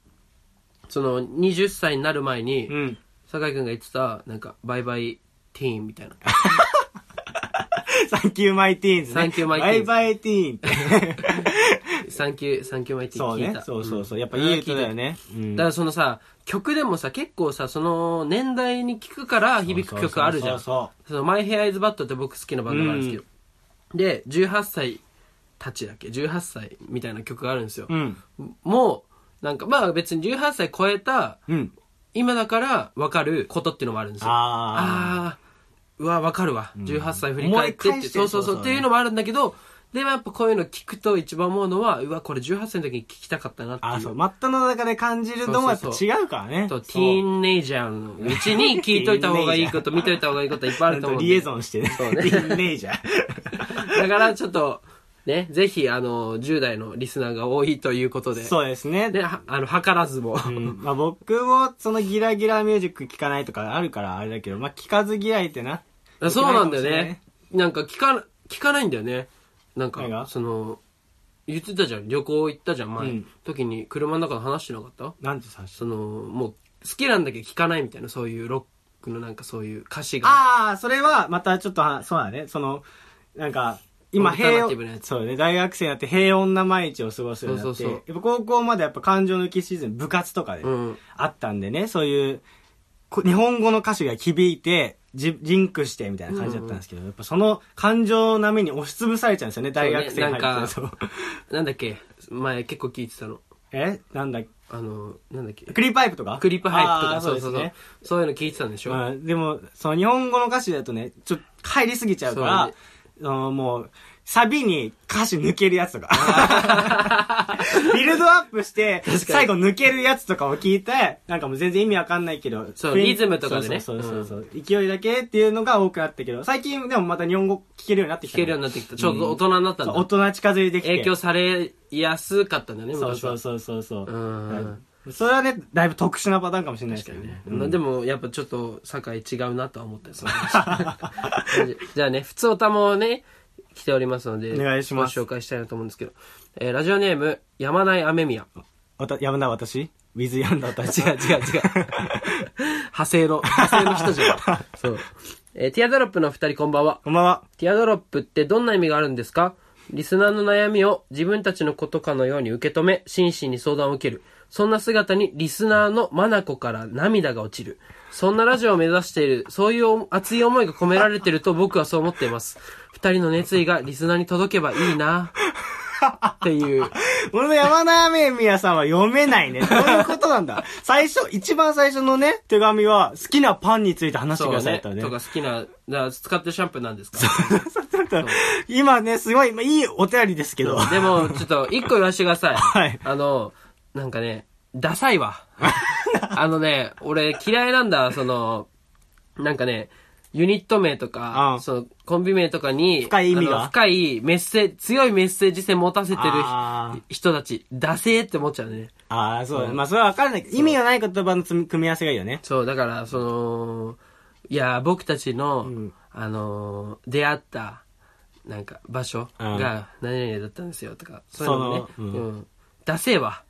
[SPEAKER 2] その、20歳になる前に、
[SPEAKER 1] うん。
[SPEAKER 2] 酒井くんが言ってた、なんか、バイバイティーンみた いな。
[SPEAKER 1] サンキューマイティーンズね。
[SPEAKER 2] Thank you, my
[SPEAKER 1] バイ
[SPEAKER 2] teens
[SPEAKER 1] バイティーンって。
[SPEAKER 2] サンキュー、サンキューマイティー
[SPEAKER 1] そ
[SPEAKER 2] ン
[SPEAKER 1] う
[SPEAKER 2] 聞い
[SPEAKER 1] ね
[SPEAKER 2] た。。
[SPEAKER 1] そうそうそう。やっぱ
[SPEAKER 2] あ
[SPEAKER 1] い
[SPEAKER 2] れ
[SPEAKER 1] い
[SPEAKER 2] 聞
[SPEAKER 1] 歌
[SPEAKER 2] た
[SPEAKER 1] だよね。うん
[SPEAKER 2] だからそのさ、曲でもさ、結構さ、その年代に聞くから響く曲あるじゃん。そ
[SPEAKER 1] そう
[SPEAKER 2] のマイヘアイズバットって僕好きなバンドがあるんですけど。で、18歳たちだっけ ?18 歳みたいな曲があるんですよ。
[SPEAKER 1] そうそう。うん。
[SPEAKER 2] もう、なんか、まあ別に18歳超えた、
[SPEAKER 1] うん。
[SPEAKER 2] 今だから分かることっていうのもあるんですよ。
[SPEAKER 1] あ
[SPEAKER 2] あーうわ、わかるわ。18歳振り返って
[SPEAKER 1] 思
[SPEAKER 2] っ
[SPEAKER 1] い返
[SPEAKER 2] て。
[SPEAKER 1] して
[SPEAKER 2] そうそうそ
[SPEAKER 1] そうそう
[SPEAKER 2] う。
[SPEAKER 1] ね
[SPEAKER 2] っていうのもあるんだけど、でもやっぱこういうの聞くと一番思うのは、うわ、これ18歳の時に聞きたかったなって
[SPEAKER 1] あ。ああ、
[SPEAKER 2] い
[SPEAKER 1] そうう。。真っ只中で感じるのもやっぱ違うからね。
[SPEAKER 2] と、テ
[SPEAKER 1] そう
[SPEAKER 2] ィーンネイジャーのうちに聞いといた方がいいこと、見といた方 がいいこといっぱいあると思うんで。
[SPEAKER 1] リエゾンしてね。
[SPEAKER 2] そうね
[SPEAKER 1] ティーンネイジャー。
[SPEAKER 2] だからちょっと、ね、ぜひ、あの、10代のリスナーが多いという ことで。
[SPEAKER 1] そうですね。
[SPEAKER 2] ね、はあの、図らずも。
[SPEAKER 1] うんまあ、僕もそのギラギラミュージック聞かないとかあるからあれだけど、まあ、聞かず嫌いってな。
[SPEAKER 2] そうなんだよね。なんか聞か、聞かないんだよね。な
[SPEAKER 1] 何
[SPEAKER 2] んか
[SPEAKER 1] が、
[SPEAKER 2] その、言ってたじゃん。旅行行ったじゃん、前。
[SPEAKER 1] うん
[SPEAKER 2] 時に車の中で話してなかった
[SPEAKER 1] なんてさし
[SPEAKER 2] その、もう、好きなんだけど聞かないみたいな、そういうロックのなんかそういう歌詞が。
[SPEAKER 1] ああ、それはまたちょっとは、そうだね。その、なんか、今
[SPEAKER 2] オルタナ
[SPEAKER 1] 平
[SPEAKER 2] ティブなや
[SPEAKER 1] 穏、
[SPEAKER 2] つ
[SPEAKER 1] そうね、大学生になって平穏な毎日を過ごすようになって、
[SPEAKER 2] そうそう
[SPEAKER 1] やっぱ高校までやっぱ感情抜きシーズン、部活とかで
[SPEAKER 2] うん
[SPEAKER 1] あったんでね、そういう、こ日本語の歌詞が響いて、じリンクしてみたいな感じだったんですけど、やっぱその感情の波に押しつぶされちゃうんですよね、大学生に入ってる
[SPEAKER 2] そ
[SPEAKER 1] と。
[SPEAKER 2] なんだっけ前結構聞いてたの。
[SPEAKER 1] えなんだっけ
[SPEAKER 2] あの、なんだっけ
[SPEAKER 1] クリーパイプとか
[SPEAKER 2] クリップハイプと
[SPEAKER 1] あー
[SPEAKER 2] か、そうそ
[SPEAKER 1] です
[SPEAKER 2] うそう
[SPEAKER 1] ね。
[SPEAKER 2] そういうの聞いてたんでしょ
[SPEAKER 1] まあ、でも、その日本語の歌詞だとね、ちょっと入りすぎちゃうから、そのもう、サビに歌詞抜けるやつとか。 ビルドアップして、
[SPEAKER 2] かに
[SPEAKER 1] 最後抜けるやつとかを聞いて、なんかもう全然意味わかんないけど。
[SPEAKER 2] そう
[SPEAKER 1] 雰囲気
[SPEAKER 2] リズムとかでね
[SPEAKER 1] そうそうそうそう勢いだけっていうのが多くなったけど、最近でもまた日本語聞けるようになってき
[SPEAKER 2] 聞
[SPEAKER 1] た
[SPEAKER 2] け
[SPEAKER 1] ね、
[SPEAKER 2] るようになってきた。ちょうど大人になったん
[SPEAKER 1] そう大
[SPEAKER 2] だ。
[SPEAKER 1] 人近づいてきて。
[SPEAKER 2] 影響されやすかったんだね、
[SPEAKER 1] そう
[SPEAKER 2] 昔
[SPEAKER 1] そ
[SPEAKER 2] は
[SPEAKER 1] う。そうそうそう。
[SPEAKER 2] うん
[SPEAKER 1] はいそれはね、だいぶ特殊なパターンかもしれないですけどね。
[SPEAKER 2] うんでも、やっぱちょっと、酒井違うなとは思ったよその 話じゃあね、普通おたもね、来ておりますので、
[SPEAKER 1] お願いします
[SPEAKER 2] ご紹介したいなと思うんですけど、えーラジオネーム、やまない 雨宮。
[SPEAKER 1] わた、やむな私 ?with やんだ私
[SPEAKER 2] 違う違う違う。派生の、派生の人じ ゃん。そう。えーティアドロップのお二人こんばんは。
[SPEAKER 1] こんばんは。
[SPEAKER 2] ティアドロップってどんな意味があるんですかリスナーの悩みを自分たちのことかのように受け止め、真摯に相談を受ける。そんな姿にリスナーのマナコから涙が落ちる。そんなラジオを目指している、そういう熱い思いが込められてると僕はそう思っています。二人の熱意がリスナーに届けばいいな。っていう。
[SPEAKER 1] 俺の山田雨宮さんは読めないね。どういうことなんだ。最初、一番最初のね、手紙は好きなパンについて話して
[SPEAKER 2] そ
[SPEAKER 1] くだ
[SPEAKER 2] う
[SPEAKER 1] さい
[SPEAKER 2] ね。
[SPEAKER 1] った
[SPEAKER 2] と
[SPEAKER 1] ね。
[SPEAKER 2] か好きな、だから使ってるシャンプーなんですか
[SPEAKER 1] 今ね、すごい、まあいいお便りですけど。
[SPEAKER 2] でも、ちょっと、一個言わせてください。
[SPEAKER 1] はい
[SPEAKER 2] あの、なんかね、ダサ いわ。あのね、俺嫌いなんだ、その、なんかね、ユニット名とか、
[SPEAKER 1] うん
[SPEAKER 2] そのコンビ名とかに、
[SPEAKER 1] 深い意味が
[SPEAKER 2] あの深いメッセージ、強いメッセージ性持たせてる
[SPEAKER 1] あー
[SPEAKER 2] 人たち、ダセーって思っちゃうね。
[SPEAKER 1] ああ、そうだね。まあ、それはわからないけど、意味がない言葉のつみ組み合わせがいいよね。
[SPEAKER 2] そう、だから、その、いや、僕たちの、あの、出会った、なんか、場所
[SPEAKER 1] うん
[SPEAKER 2] が、何々だったんですよ、とか、そういうのもね、
[SPEAKER 1] そのう
[SPEAKER 2] うんん。ダセえわ。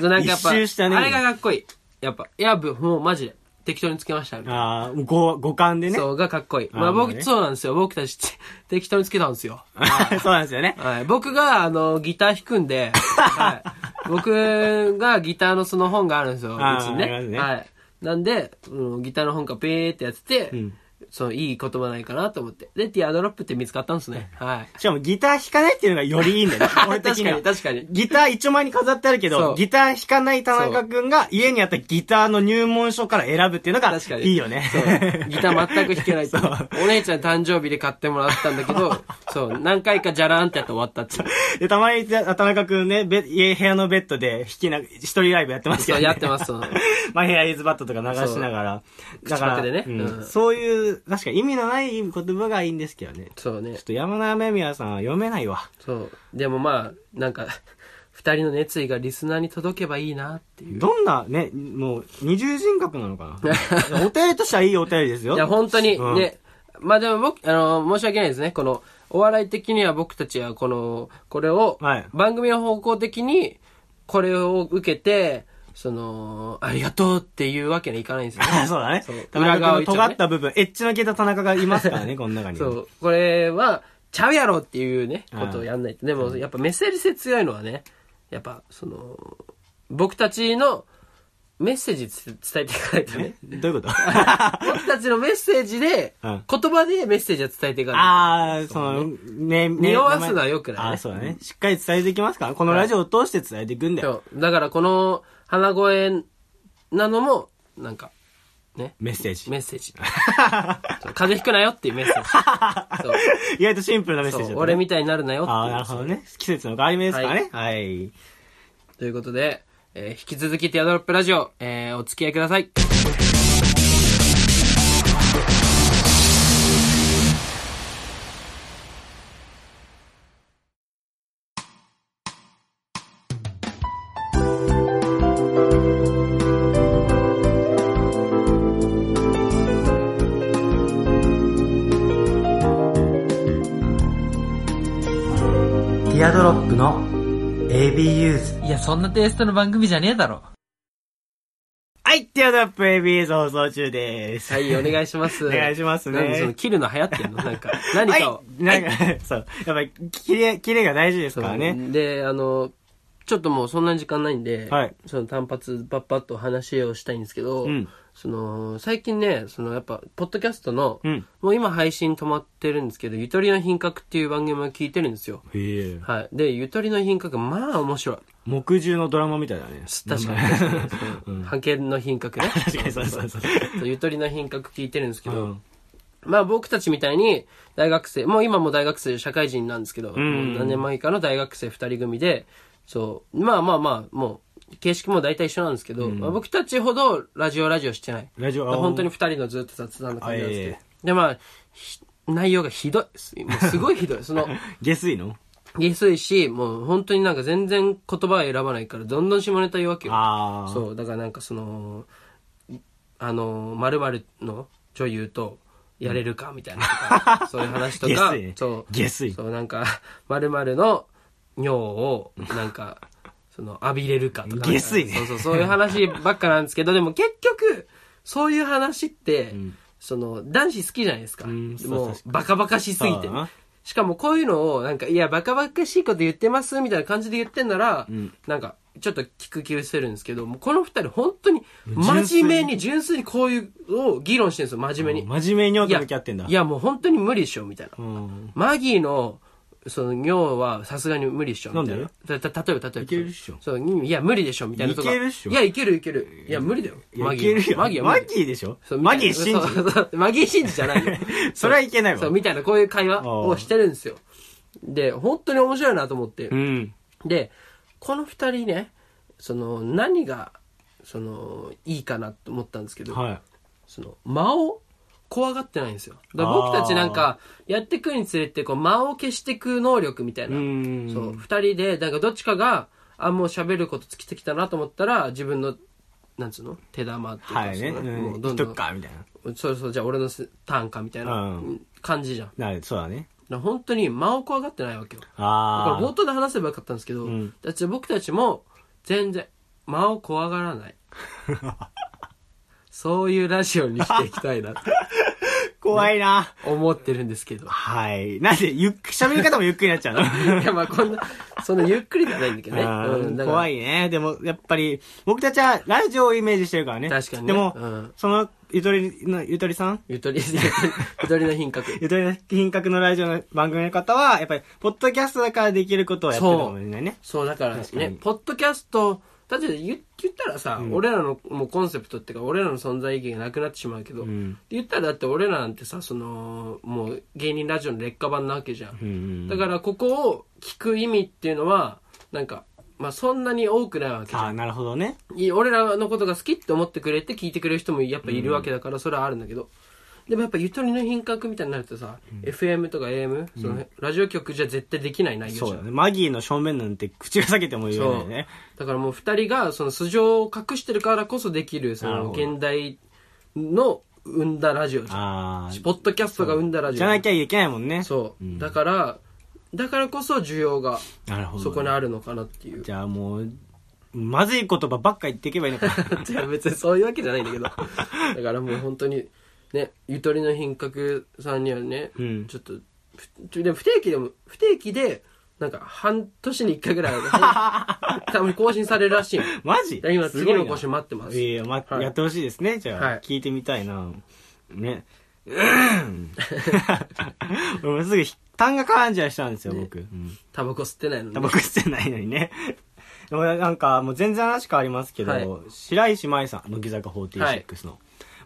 [SPEAKER 2] そうなんかやっ
[SPEAKER 1] 一
[SPEAKER 2] ぱ、
[SPEAKER 1] 周したね
[SPEAKER 2] あれがかっこいい。やっぱ、いや、ぶもうマジで、適当につけました、みたいな
[SPEAKER 1] ああ、五、五感でね。
[SPEAKER 2] そうがかっこいい。ま
[SPEAKER 1] あ
[SPEAKER 2] あ
[SPEAKER 1] ーまあ
[SPEAKER 2] 僕、
[SPEAKER 1] ね
[SPEAKER 2] そうなんですよ。僕たちって、 適当につけたんです よ。
[SPEAKER 1] そうなんですよね。
[SPEAKER 2] はい、僕が、あの、ギター弾くんで、はい、僕がギターのその本があるんですよ、う
[SPEAKER 1] あー
[SPEAKER 2] ちに
[SPEAKER 1] ありま
[SPEAKER 2] ね。
[SPEAKER 1] すね
[SPEAKER 2] はい。なんで、うんギターの本からペーってやってて、
[SPEAKER 1] ん
[SPEAKER 2] そのいい言葉ないかなと思って。で、ティアドロップって見つかったんですね。はい。
[SPEAKER 1] しかもギター弾かないっていうのがよりいいんだよね。俺的には
[SPEAKER 2] 確かに確かに
[SPEAKER 1] ギター一応前に飾ってあるけ
[SPEAKER 2] そ
[SPEAKER 1] ど、
[SPEAKER 2] う
[SPEAKER 1] ギター弾かない田中くんが家にあったギターの入門書から選ぶっていうのが
[SPEAKER 2] 確か、に。
[SPEAKER 1] いいよね。
[SPEAKER 2] そうギター全く弾け ないってお姉ちゃん誕生日で買ってもらったんだけど、そう、何回かじゃらんってやって終わったっていう。
[SPEAKER 1] で、たまに、田中くんね、べ家、部屋のベッドで弾きな、一人ライブやってますけ
[SPEAKER 2] そ
[SPEAKER 1] ど、
[SPEAKER 2] う、
[SPEAKER 1] ね。
[SPEAKER 2] やってま す、その。
[SPEAKER 1] マイヘアイズバットとか流しながら。だから、
[SPEAKER 2] 口パクでね
[SPEAKER 1] うん
[SPEAKER 2] うん
[SPEAKER 1] そういう、確かに意味のない言葉がいいんですけどね。
[SPEAKER 2] そうね
[SPEAKER 1] ちょっ。と山田雨宮さんは読めないわ。
[SPEAKER 2] そう。でもまあ、なんか、二人の熱意がリスナーに届けばいいなっていう。
[SPEAKER 1] どんな、ね、もう、二重人格なのか なお便りとしてはいいお便りですよ。
[SPEAKER 2] いや、本当に、
[SPEAKER 1] うん
[SPEAKER 2] ね。まあでも僕、あの、申し訳ないですね。この、お笑い的には僕たちはこの、これを
[SPEAKER 1] はい、
[SPEAKER 2] 番組の方向的に、これを受けて、その、ありがとうっていうわけにはいかないんですよ ね。
[SPEAKER 1] そうだね
[SPEAKER 2] そう。
[SPEAKER 1] 田中君の
[SPEAKER 2] 裏側
[SPEAKER 1] 尖
[SPEAKER 2] を言っちゃうね
[SPEAKER 1] った部分、エッチの効いた田中がいますからね、この中に。
[SPEAKER 2] そう。これは、ちゃうやろっていうね、
[SPEAKER 1] うん
[SPEAKER 2] ことをやんないと。でも、やっぱメッセージ性強いのはね、やっぱ、その、僕たちのメッセージつ伝えていかないとね。
[SPEAKER 1] どういうこと
[SPEAKER 2] 僕たちのメッセージで、
[SPEAKER 1] うん
[SPEAKER 2] 言葉でメッセージは伝えていかない
[SPEAKER 1] ああ、その、ね、ね、
[SPEAKER 2] 匂わすのは良くないね
[SPEAKER 1] ああー、そうだね。しっかり伝えていきますから。このラジオを通して伝えていくんだ
[SPEAKER 2] と。
[SPEAKER 1] よ。
[SPEAKER 2] そうだから、この、鼻声なのも、なんか、ね、
[SPEAKER 1] メッセージ。
[SPEAKER 2] メッセージ。そう風邪ひくなよっていうメッセージ。そう
[SPEAKER 1] 意外とシンプルなメッセー
[SPEAKER 2] そ
[SPEAKER 1] ジだ
[SPEAKER 2] う
[SPEAKER 1] った、ね。
[SPEAKER 2] 俺みたいになるなよっていう。
[SPEAKER 1] ああ、なるほどね。季節の変わり目ですからね。はい。
[SPEAKER 2] ということで、えー引き続きティアドロップラジオ、えーお付き合いください。
[SPEAKER 1] ティアドロップの ABUs。
[SPEAKER 2] いや、そんなテイストの番組じゃねえだろ。
[SPEAKER 1] ははい、ティアドロップ ABS 放送中です。
[SPEAKER 2] はい、お願いします。
[SPEAKER 1] お願いしますね
[SPEAKER 2] なんでその切るの流行ってん のなんか、
[SPEAKER 1] はい
[SPEAKER 2] 何か を。
[SPEAKER 1] なんか、そう。やっぱり、キレ、キレが大事ですからね。
[SPEAKER 2] そうで、あの、ちょっともうそんな時間ないんで、
[SPEAKER 1] はい
[SPEAKER 2] その単発パッパッと話をしたいんですけど、
[SPEAKER 1] うん
[SPEAKER 2] その最近ね、そのやっぱ、ポッドキャストの、
[SPEAKER 1] うん
[SPEAKER 2] もう今配信止まってるんですけど、ゆとりの品格っていう番組を聞いてるんですよ。
[SPEAKER 1] へえ。
[SPEAKER 2] はい。で、ゆとりの品格、まあ面白い。
[SPEAKER 1] 木獣のドラマみたいだね。
[SPEAKER 2] 確かに確かに。そ の派遣の品 格ね。
[SPEAKER 1] 確かに、そうそうそう。
[SPEAKER 2] そうゆとりの品格聞いてるんですけど、
[SPEAKER 1] うん
[SPEAKER 2] まあ僕たちみたいに大学生、もう今も大学生、社会人なんですけど、
[SPEAKER 1] ん
[SPEAKER 2] もう何年前かの大学生二人組で、そう、まあまあまあ、もう、形式も大体一緒なんですけど、まあ、僕たちほどラジオラジオしてない。
[SPEAKER 1] ラジオ
[SPEAKER 2] だから本当に二人のずっと雑談な感じなんですけど。
[SPEAKER 1] あいえ
[SPEAKER 2] で、まあ、ひ内容がひどいです。もうすごいひどい。そ の、
[SPEAKER 1] 下水の
[SPEAKER 2] 下水し、もう本当になんか全然言葉を選ばないから、どんどん下ネタ言うわけよ。
[SPEAKER 1] ああ。
[SPEAKER 2] そう、だからなんかその、あの、まるの女優とやれるかみたいなと か、そういう話と
[SPEAKER 1] 下
[SPEAKER 2] か
[SPEAKER 1] 水、
[SPEAKER 2] そう、
[SPEAKER 1] 下水。
[SPEAKER 2] そうなんか、まるの尿を、なんか、その、浴びれるかとか。
[SPEAKER 1] 下水ね
[SPEAKER 2] そうそう、そういう話ばっかなんですけど、でも結局、そういう話って、その、男子好きじゃないですか。
[SPEAKER 1] んそう
[SPEAKER 2] もう
[SPEAKER 1] 確、
[SPEAKER 2] バカバカしすぎて
[SPEAKER 1] そうだな。
[SPEAKER 2] しかもこういうのを、なんか、いや、バカバカしいこと言ってます、みたいな感じで言ってんなら、なんか、ちょっと聞く気をしてるんですけど、もうこの二人本当に、真面目に、純粋にこういう、を議論してるんですよ、真面目に。
[SPEAKER 1] 真面目に尿
[SPEAKER 2] い
[SPEAKER 1] と
[SPEAKER 2] や
[SPEAKER 1] 向き合ってんだ。
[SPEAKER 2] いや、もう本当に無理でしょ、みたいな
[SPEAKER 1] う。ん。
[SPEAKER 2] マギーの、その、尿はさすがに無理っしょ。みたい
[SPEAKER 1] なん
[SPEAKER 2] たた例えば、例えば。い
[SPEAKER 1] けるっしょ
[SPEAKER 2] そう、いや、無理でしょ、みたいなとか。
[SPEAKER 1] いけるっしょ
[SPEAKER 2] いや、いけるいける。いや、無理だよ。
[SPEAKER 1] いや
[SPEAKER 2] マ
[SPEAKER 1] い
[SPEAKER 2] ギ
[SPEAKER 1] け
[SPEAKER 2] ー
[SPEAKER 1] るよ。
[SPEAKER 2] マギーは無
[SPEAKER 1] マ
[SPEAKER 2] 理だよ
[SPEAKER 1] ギーでしょ
[SPEAKER 2] そうみた
[SPEAKER 1] マ
[SPEAKER 2] いな
[SPEAKER 1] ギー信じ。
[SPEAKER 2] そうそうマギー信じじゃないよ。
[SPEAKER 1] それはいけないわ
[SPEAKER 2] そう、みたいな、こういう会話をしてるんですよ。で、本当に面白いなと思って
[SPEAKER 1] う。ん。
[SPEAKER 2] で、この二人ね、その、何が、その、いいかなと思ったんですけど、
[SPEAKER 1] はい。
[SPEAKER 2] その、間を怖がってないんですよ。だから僕たちなんか、やってくにつれて、こう、間を消していく能力みたいな。
[SPEAKER 1] ん
[SPEAKER 2] そう、二人で、なんかどっちかが、あ、もう喋ること尽きてきたなと思ったら、自分の、なんつうの手玉っていうか、
[SPEAKER 1] はいね。
[SPEAKER 2] その
[SPEAKER 1] うん
[SPEAKER 2] もうど
[SPEAKER 1] 一
[SPEAKER 2] んど
[SPEAKER 1] とく、
[SPEAKER 2] ん
[SPEAKER 1] か、みたい
[SPEAKER 2] そうそう、じゃあ俺のすターンかみたいな
[SPEAKER 1] う
[SPEAKER 2] 感じじゃん。だか
[SPEAKER 1] な。なそうだね。
[SPEAKER 2] ら本当に間を怖がってないわけよ。だから
[SPEAKER 1] あ
[SPEAKER 2] 冒頭で話せばよかったんですけど、
[SPEAKER 1] ん
[SPEAKER 2] だって僕たちも全然間を怖がらない。そういうラジオにしていきたいなと
[SPEAKER 1] あ。怖いな。
[SPEAKER 2] 思ってるんで すけど。
[SPEAKER 1] はい。なんで、ゆっく、喋り方もゆっくりになっちゃうの
[SPEAKER 2] いや、まあこんな、そんなゆっくりじゃないんだけどね。
[SPEAKER 1] あー
[SPEAKER 2] うんだから
[SPEAKER 1] 怖いね。でも、やっぱり、僕たちはラジオをイメージしてるからね。
[SPEAKER 2] 確かにね
[SPEAKER 1] でも、
[SPEAKER 2] うん
[SPEAKER 1] その、ゆとりの、ゆとりさん
[SPEAKER 2] ゆとり、ゆとりゆとりの品格。
[SPEAKER 1] ゆとりの品格のラジオの番組の方は、やっぱり、ポッドキャストだからできることをやってるかもしれないね。
[SPEAKER 2] そう、だから
[SPEAKER 1] かに
[SPEAKER 2] ね、ポッドキャスト、だって言言ったらさ、俺らのもうコンセプトっていうか、俺らの存在意義がなくなってしまうけど、
[SPEAKER 1] ん
[SPEAKER 2] 言ったらだって俺らなんてさ、その、もう芸人ラジオの劣化版なわけじゃん。
[SPEAKER 1] ん
[SPEAKER 2] だからここを聞く意味っていうのは、なんか、まあそんなに多くないわけじゃん
[SPEAKER 1] ああ、なるほどね。
[SPEAKER 2] いい俺らのことが好きって思ってくれて聞いてくれる人もやっぱいるわけだからそれはあるんだけど、でもやっぱゆとりの品格みたいになるとさ、FM とか AM その、ラジオ局じゃ絶対できない内容
[SPEAKER 1] そ
[SPEAKER 2] じ
[SPEAKER 1] う
[SPEAKER 2] ゃ
[SPEAKER 1] だ
[SPEAKER 2] ん
[SPEAKER 1] ね。マギーの正面なんて口が裂けても言えないね。
[SPEAKER 2] だからもう二人がその素性を隠してるからこそできるそ
[SPEAKER 1] なる
[SPEAKER 2] の
[SPEAKER 1] ほど
[SPEAKER 2] 現代の生んだラジオじゃん
[SPEAKER 1] ああ、
[SPEAKER 2] ポッドキャストが生んだラジオ
[SPEAKER 1] じゃなきゃいけないもんね。
[SPEAKER 2] そう、だからだからこそ需要が
[SPEAKER 1] なるほど、
[SPEAKER 2] そこにあるのかなっていう
[SPEAKER 1] じゃあもう、まずい言葉ばっか言っていけばいいのかな。
[SPEAKER 2] いや別にそういうわけじゃないんだけ どだからもう本当にねゆとりの品格さんにはね、
[SPEAKER 1] うん
[SPEAKER 2] ちょっとふでも不定期でも不定期でなんか半年に1回ぐらい 多分更新されるらしいの
[SPEAKER 1] マジ
[SPEAKER 2] だから今
[SPEAKER 1] すごい
[SPEAKER 2] 次
[SPEAKER 1] な
[SPEAKER 2] の更新待ってます
[SPEAKER 1] いやいや、ま
[SPEAKER 2] はい
[SPEAKER 1] やってほしいですね。じゃあ、
[SPEAKER 2] はい
[SPEAKER 1] 聞いてみたいな。ね。うん 俺もすぐひ痰が絡んじゃう人なんですよ、僕。うん
[SPEAKER 2] タバコ吸ってないの
[SPEAKER 1] タ
[SPEAKER 2] に
[SPEAKER 1] バコ吸ってないのにね。 でもなんか、もう全然話変わりますけど、
[SPEAKER 2] はい
[SPEAKER 1] 白石麻衣さん、乃木坂46の。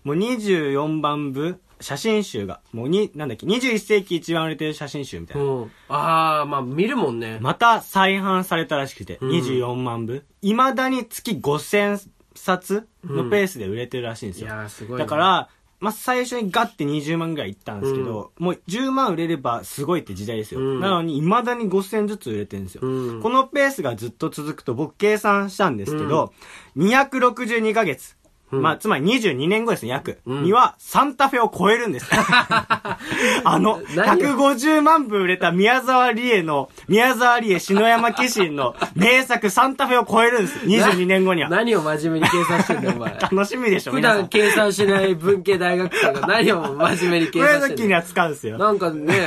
[SPEAKER 1] もう24番部、写真集が、もうに、なんだっけ、21世紀一番売れてる写真集みたいな。
[SPEAKER 2] うんああまあ見るもんね、
[SPEAKER 1] また再販されたらしくて、
[SPEAKER 2] ん
[SPEAKER 1] 24万部。いまだに月5000冊のペースで売れてるらしいんです
[SPEAKER 2] い
[SPEAKER 1] よ。
[SPEAKER 2] やーすごいな
[SPEAKER 1] だから、まあ、最初にガッて20万ぐらいいったんですけど、もう10万売れればすごいって時代ですよ。
[SPEAKER 2] うん
[SPEAKER 1] なのに、未だに5000ずつ売れてるんですよ、
[SPEAKER 2] うん
[SPEAKER 1] このペースがずっっと続くと僕計算したんですけど、262ヶ月まあ、つまり22年後ですね、約。には、サンタフェを超えるんです。 あの、
[SPEAKER 2] 何を
[SPEAKER 1] 150万部売れた宮沢りえの、宮沢りえ篠山紀信の名作サンタフェを超えるんです。22年後には。
[SPEAKER 2] 何を真面目に計算してんだよ、お前。
[SPEAKER 1] 楽しみでしょ、
[SPEAKER 2] 普
[SPEAKER 1] 皆さ
[SPEAKER 2] 段
[SPEAKER 1] ん。
[SPEAKER 2] 計算しない文系大学生が何を真面目に
[SPEAKER 1] こ
[SPEAKER 2] 計
[SPEAKER 1] ういう
[SPEAKER 2] 算して
[SPEAKER 1] 時
[SPEAKER 2] ん
[SPEAKER 1] に
[SPEAKER 2] だよ
[SPEAKER 1] は使うんですよ。
[SPEAKER 2] なんかね、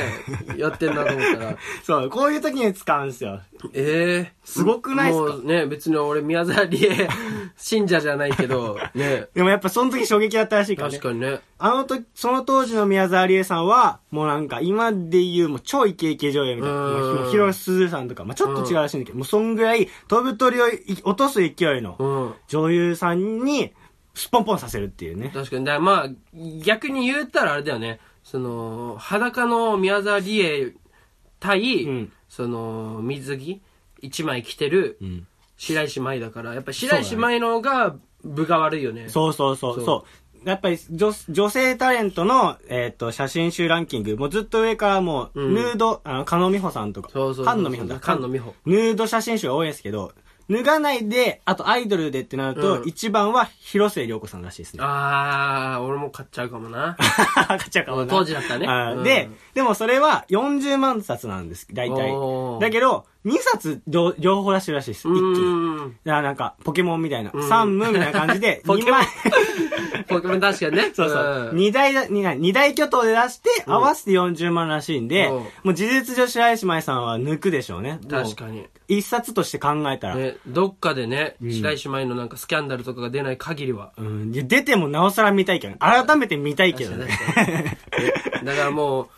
[SPEAKER 2] やってんなと思った ら。
[SPEAKER 1] そう、こういう時に使うんですよ。
[SPEAKER 2] ええ
[SPEAKER 1] すごくないっすか
[SPEAKER 2] もうね、別に俺宮沢りえ信者じゃないけど、ね、
[SPEAKER 1] でもやっぱその時衝撃だったらしいからね
[SPEAKER 2] 確。かにね。
[SPEAKER 1] あの時、その当時の宮沢りえさんは、もうなんか今で言うもう超イケイケ女優みたいな。
[SPEAKER 2] うん
[SPEAKER 1] まあ、広瀬すずさんとか、まあちょっと違うらしいんだけど、もうそんぐらい飛ぶ鳥をい落とす勢いの
[SPEAKER 2] うん。
[SPEAKER 1] 女優さんに、スポンポンさせるっていうね。
[SPEAKER 2] 確かに。だからまあ、逆に言ったらあれだよね。その、裸の宮沢りえ対、
[SPEAKER 1] うん
[SPEAKER 2] その、水着一枚着てる
[SPEAKER 1] うん。
[SPEAKER 2] 白石舞だから、やっぱ白石舞の方が分が悪いよね。
[SPEAKER 1] そうそうそうそう。やっぱり女女性タレントの、えっと写真集ランキングもうずっと上からもう、
[SPEAKER 2] ん
[SPEAKER 1] ヌードあの菅野美穂さんとか
[SPEAKER 2] そうそうそう
[SPEAKER 1] 菅野美穂だ
[SPEAKER 2] 菅野美穂
[SPEAKER 1] ヌード写真集が多いですけど脱がないであとアイドルでってなると、
[SPEAKER 2] うん
[SPEAKER 1] 一番は広末涼子さんらしいですね
[SPEAKER 2] あー、俺も買っちゃうか もな。
[SPEAKER 1] 買っちゃうかもな
[SPEAKER 2] 当時だったね
[SPEAKER 1] あー
[SPEAKER 2] うん
[SPEAKER 1] で、でもそれは40万冊なんです、大体
[SPEAKER 2] お。ー
[SPEAKER 1] だけど、2冊両両方出してるらしいです、一
[SPEAKER 2] う
[SPEAKER 1] 気に。
[SPEAKER 2] ーん。
[SPEAKER 1] だからなんか、ポケモンみたいな、サンムみたいな感じで、
[SPEAKER 2] ポケ
[SPEAKER 1] 2
[SPEAKER 2] モン
[SPEAKER 1] 枚、
[SPEAKER 2] ポケモン確かにね。
[SPEAKER 1] そうそう、
[SPEAKER 2] ん
[SPEAKER 1] 二大だ、二大二大巨頭で出して、合わせて40万らしいんで、
[SPEAKER 2] うん
[SPEAKER 1] もう事実上白石麻衣さんは抜くでしょうね。
[SPEAKER 2] 確か
[SPEAKER 1] に。
[SPEAKER 2] に。
[SPEAKER 1] 一冊として考えたら。
[SPEAKER 2] ね、どっかでね、白石麻衣のなんかスキャンダルとかが出ない限 りは。
[SPEAKER 1] うん、で出てもなおさら見たいけどね、改めて見たいけどね。
[SPEAKER 2] だからもう、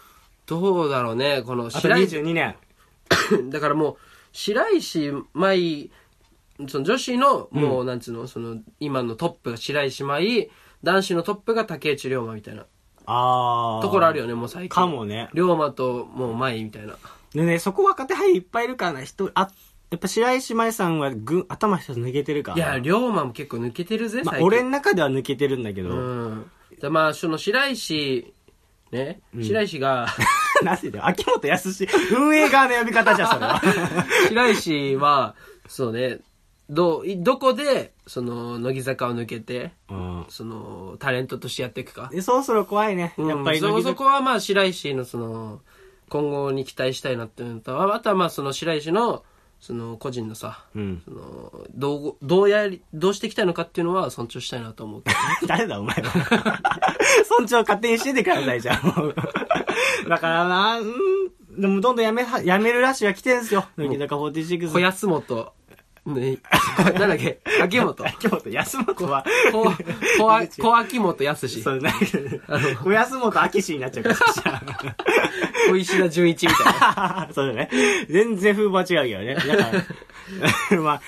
[SPEAKER 2] どうだろうね、この
[SPEAKER 1] あと
[SPEAKER 2] 白石、
[SPEAKER 1] 22年。
[SPEAKER 2] だからもう、白石舞、その女子の、もうなんつうの、その、今のトップが白石舞、男子のトップが竹内涼真みたいな
[SPEAKER 1] あー。
[SPEAKER 2] ところあるよね、もう最近。
[SPEAKER 1] かもね
[SPEAKER 2] 龍馬ともう舞みたいな。
[SPEAKER 1] でね、そこ若手俳優いっぱいいるからな、人、あ、やっぱ白石麻衣さんはぐ頭一つ抜けてるから
[SPEAKER 2] い
[SPEAKER 1] な。
[SPEAKER 2] や、龍馬も結構抜けてるぜ、
[SPEAKER 1] まあ
[SPEAKER 2] 最近。
[SPEAKER 1] 俺の中では抜けてるんだけど、
[SPEAKER 2] うん。でまあ、その白石、ね、白 石が、
[SPEAKER 1] なぜだよ、秋元康、運営側の呼び方じゃん、それは。
[SPEAKER 2] 白石は、そうね、どう、いどこで、その、乃木坂を抜けて、
[SPEAKER 1] うん
[SPEAKER 2] その、タレントとしてやっていくか。
[SPEAKER 1] でそろそろ怖いね。やっぱり
[SPEAKER 2] うん
[SPEAKER 1] 乃木
[SPEAKER 2] そそ
[SPEAKER 1] 坂
[SPEAKER 2] こはまあ、白石のその、今後に期待したいなっていうのと、ああとはまあ、その白石の、その、個人のさ、
[SPEAKER 1] うん
[SPEAKER 2] その、どう、どうやり、どうしていきたいのかっていうのは尊重したいな と思うけどね。
[SPEAKER 1] 誰だお前は。村長勝手にしててください、じゃあもう。 だからな、うん、でもどんどんやめは、やめるラッシュが来てるんですよ。乃木坂46。
[SPEAKER 2] 小安本、ね、なんだっけ、秋元。
[SPEAKER 1] 秋元康本は、
[SPEAKER 2] こ、こわ、小秋元康し
[SPEAKER 1] そ、う、なんか、小安本明氏になっちゃうから そしたら。
[SPEAKER 2] 小石田純一みたいな。
[SPEAKER 1] そうだね。全然風貌は違うけどね。だから、 まあ、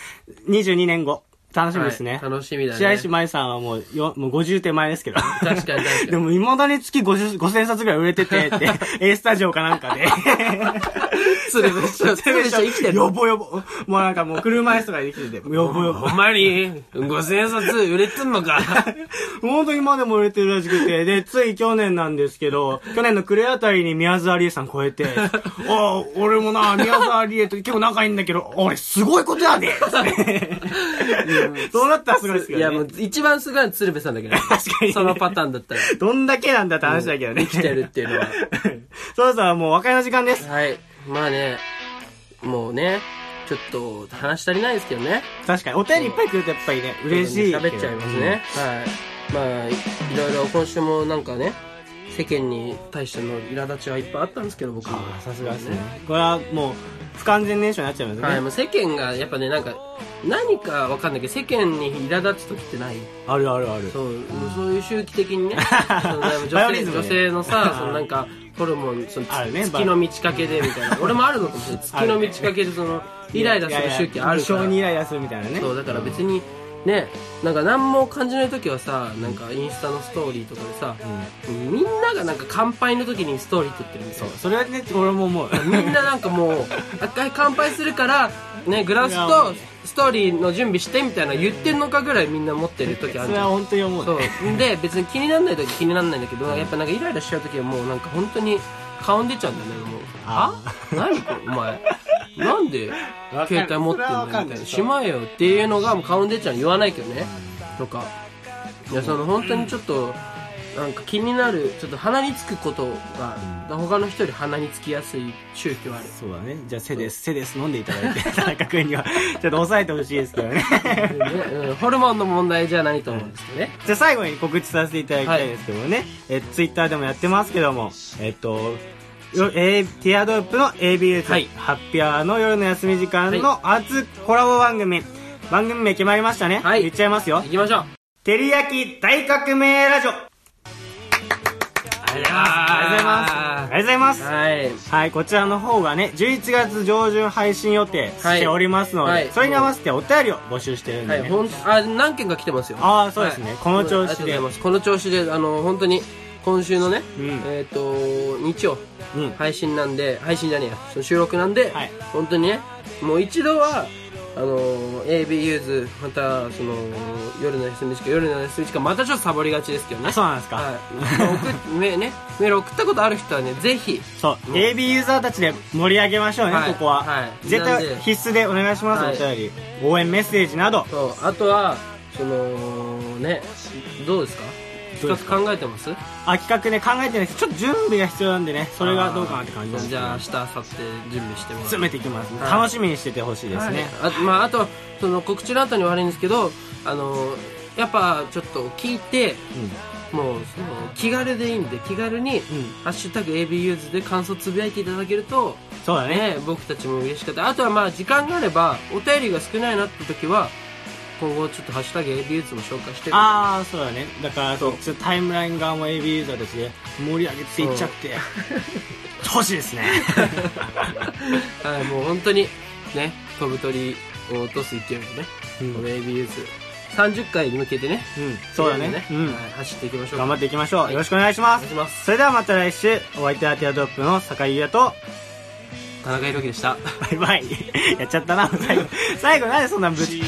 [SPEAKER 1] 22年後、楽しみですね。
[SPEAKER 2] はい楽しみだね。
[SPEAKER 1] 白石麻衣さんはもうよ、もう50手前ですけど。
[SPEAKER 2] 確かに確か に
[SPEAKER 1] でも、未だに月50 5000冊ぐらい売れてて、 って、A スタジオかなんかで。
[SPEAKER 2] 鶴瓶師匠、鶴瓶師匠生きてる。
[SPEAKER 1] よぼよぼ。もうなんかもう車椅子とかで生き てて、よぼよぼ
[SPEAKER 2] ほ。んまに、5000冊売れてんのか。
[SPEAKER 1] 本当に今でも売れてるらしくて、で、つい去年なんですけ ど、去年の暮れあたりに宮沢りえさん超えて、ああ、俺もな、宮沢りえと結構仲いいんだけど、俺すごいことや でそうなったらすごいですけ
[SPEAKER 2] いや
[SPEAKER 1] ど
[SPEAKER 2] もう
[SPEAKER 1] ね。
[SPEAKER 2] 一番すごいのは鶴瓶さんだけどね。
[SPEAKER 1] 確かに
[SPEAKER 2] そのパターン だったら。
[SPEAKER 1] どんだけなんだって話だけどね。
[SPEAKER 2] 生きてるっていうのは。
[SPEAKER 1] そろそろもうお別れの時間です。
[SPEAKER 2] はい。まあね、もうね、ちょっと話足りないですけどね。
[SPEAKER 1] 確かに、お便りいっぱい来るとやっぱりね、嬉しい。
[SPEAKER 2] 喋っちゃいますね。。はい。まあ、いいろいろ今週もなんかね、世間に対しての苛立ちはいっぱいあったんですけど、僕も。
[SPEAKER 1] さすがですね。これはもう、不完全燃焼になっちゃいますね。
[SPEAKER 2] はい、もう世間がやっぱねなんか何かわかんないけど世間に苛立つ時ってない
[SPEAKER 1] あるあるある。
[SPEAKER 2] そう,、そういう周期的にねその女
[SPEAKER 1] バイオリ
[SPEAKER 2] 性
[SPEAKER 1] ズムね
[SPEAKER 2] 女性の
[SPEAKER 1] はい
[SPEAKER 2] さそのなんかホルモンその
[SPEAKER 1] あるね
[SPEAKER 2] 月の満ち欠けでみたいな俺もあるのかもしれない月の満ち欠けでそのイライラする周期
[SPEAKER 1] いや
[SPEAKER 2] あるか
[SPEAKER 1] いや
[SPEAKER 2] ら
[SPEAKER 1] 性にイライラするみたいなね。
[SPEAKER 2] そうだから別にねなんか何も感じない時はさなんかインスタのストーリーとかでさ、みんながなんか乾杯の時にストーリー撮ってるみたいな
[SPEAKER 1] そう。それはね、俺も思う。
[SPEAKER 2] みんななんかもう、一回乾杯するから、ね、グラス
[SPEAKER 1] いやも
[SPEAKER 2] と
[SPEAKER 1] うね
[SPEAKER 2] ストーリーの準備してみたいな言ってんのかぐらいみんな持ってる時あ
[SPEAKER 1] そ
[SPEAKER 2] る
[SPEAKER 1] れ
[SPEAKER 2] じ
[SPEAKER 1] は
[SPEAKER 2] ゃん。
[SPEAKER 1] 本当に思うね。
[SPEAKER 2] そう。で、別に気にならない時は気にならないんだけど、やっぱなんかイライラしちゃう時はもうなんか本当に顔に出ちゃうんだよね、もう。
[SPEAKER 1] あ
[SPEAKER 2] あ何これ、お前。なんで
[SPEAKER 1] わかる
[SPEAKER 2] 携帯持ってんの
[SPEAKER 1] それはわか
[SPEAKER 2] み
[SPEAKER 1] んな
[SPEAKER 2] た
[SPEAKER 1] いい
[SPEAKER 2] な。しまえよっていうのがもう顔に出ちゃうの言わないけどね。とか。いやその本当にちょっとなんか気になるちょっと鼻につくことが、他の人より鼻につきやすい宗教ある
[SPEAKER 1] そうだね。じゃあ、セデス、セデス飲んでいただい て、田中君には、ちょっと抑えてほしいですけどね。
[SPEAKER 2] ねうんホルモンの問題じゃないと思うんですけどね。
[SPEAKER 1] じゃあ最後に告知させていただきたいですけどもね、えツイッターでもやってますけども、えっと、よえーティアドロップの ABS、
[SPEAKER 2] はい
[SPEAKER 1] ハッピーアワーの夜の休み時間の熱コラボ番組、番組名決まりましたね。
[SPEAKER 2] はい
[SPEAKER 1] 言っちゃいますよ
[SPEAKER 2] 行。きましょう。
[SPEAKER 1] 照り焼き大革命ラジオ。あ
[SPEAKER 2] あり
[SPEAKER 1] りがとうございます。ありがとうございます。
[SPEAKER 2] はい。
[SPEAKER 1] はい、こちらの方がね、11月上旬配信予定しておりますので、
[SPEAKER 2] はいはい
[SPEAKER 1] それに合わせてお便りを募集してるん
[SPEAKER 2] は
[SPEAKER 1] で
[SPEAKER 2] い、
[SPEAKER 1] ね。
[SPEAKER 2] ほんあ何件か来てますよ
[SPEAKER 1] あーそうですねこの調子で
[SPEAKER 2] ありがとうございますこの調子であの本当に今週のね、
[SPEAKER 1] うん
[SPEAKER 2] えっ、と日曜
[SPEAKER 1] うん。
[SPEAKER 2] 配信なんで配信じゃねえやその収録なんで、
[SPEAKER 1] はい
[SPEAKER 2] 本当にねもう一度はあの AB ユーズまたその夜の休み時間夜の休み時間またちょっとサボりがちですけどね
[SPEAKER 1] そうなんですか。
[SPEAKER 2] はい、送っメねメール送ったことある人はねぜひ
[SPEAKER 1] そう、
[SPEAKER 2] うん
[SPEAKER 1] AB ユーザーたちで盛り上げましょうね、
[SPEAKER 2] はい
[SPEAKER 1] ここは、
[SPEAKER 2] はい
[SPEAKER 1] 絶
[SPEAKER 2] なんで
[SPEAKER 1] 対必須でお願いします、
[SPEAKER 2] はい
[SPEAKER 1] お便り応援メッセージなど
[SPEAKER 2] そうあとはそのねどうですか
[SPEAKER 1] どう
[SPEAKER 2] 企
[SPEAKER 1] です
[SPEAKER 2] 画考えてます
[SPEAKER 1] あ企画ね考えてないですちょっと準備が必要なんでねそれがどうかなって感じです
[SPEAKER 2] じゃあ明日明後日準備してもらって
[SPEAKER 1] 詰めていきます、
[SPEAKER 2] はい
[SPEAKER 1] 楽しみにしててほしいですね、
[SPEAKER 2] はいあまああとその告知の後に悪いんですけどあのやっぱちょっと聞いてもうその気軽でいいんで気軽に「ハッシュタグ #AB ユーズ」で感想つぶやいていただけると、
[SPEAKER 1] うん、そうだね
[SPEAKER 2] ね、僕たちも嬉しかったあとはまあ時間があればお便りが少ないなって時は今後ちょっと「ハッシュタグ #AB ユーズ」も紹介して
[SPEAKER 1] ああそうだねだから
[SPEAKER 2] そう
[SPEAKER 1] ちょっとタイムライン側も AB ユーザーたちで盛り上げていっちゃって欲しい ですね
[SPEAKER 2] はい、もう本当にね飛ぶ鳥を落とす勢いでね、
[SPEAKER 1] うん
[SPEAKER 2] この AB ユーズ30回に向けてね
[SPEAKER 1] うんそうだねうん
[SPEAKER 2] はい走っていきましょう
[SPEAKER 1] 頑張っていきましょう、
[SPEAKER 2] はい
[SPEAKER 1] よろしくお願いしま
[SPEAKER 2] お願い
[SPEAKER 1] す
[SPEAKER 2] します
[SPEAKER 1] それではまた来週お相手はティアドロップの坂井優也と
[SPEAKER 2] 田中裕樹でした
[SPEAKER 1] バイバイ。やっちゃったな、最後。最後なんでそんなぶち。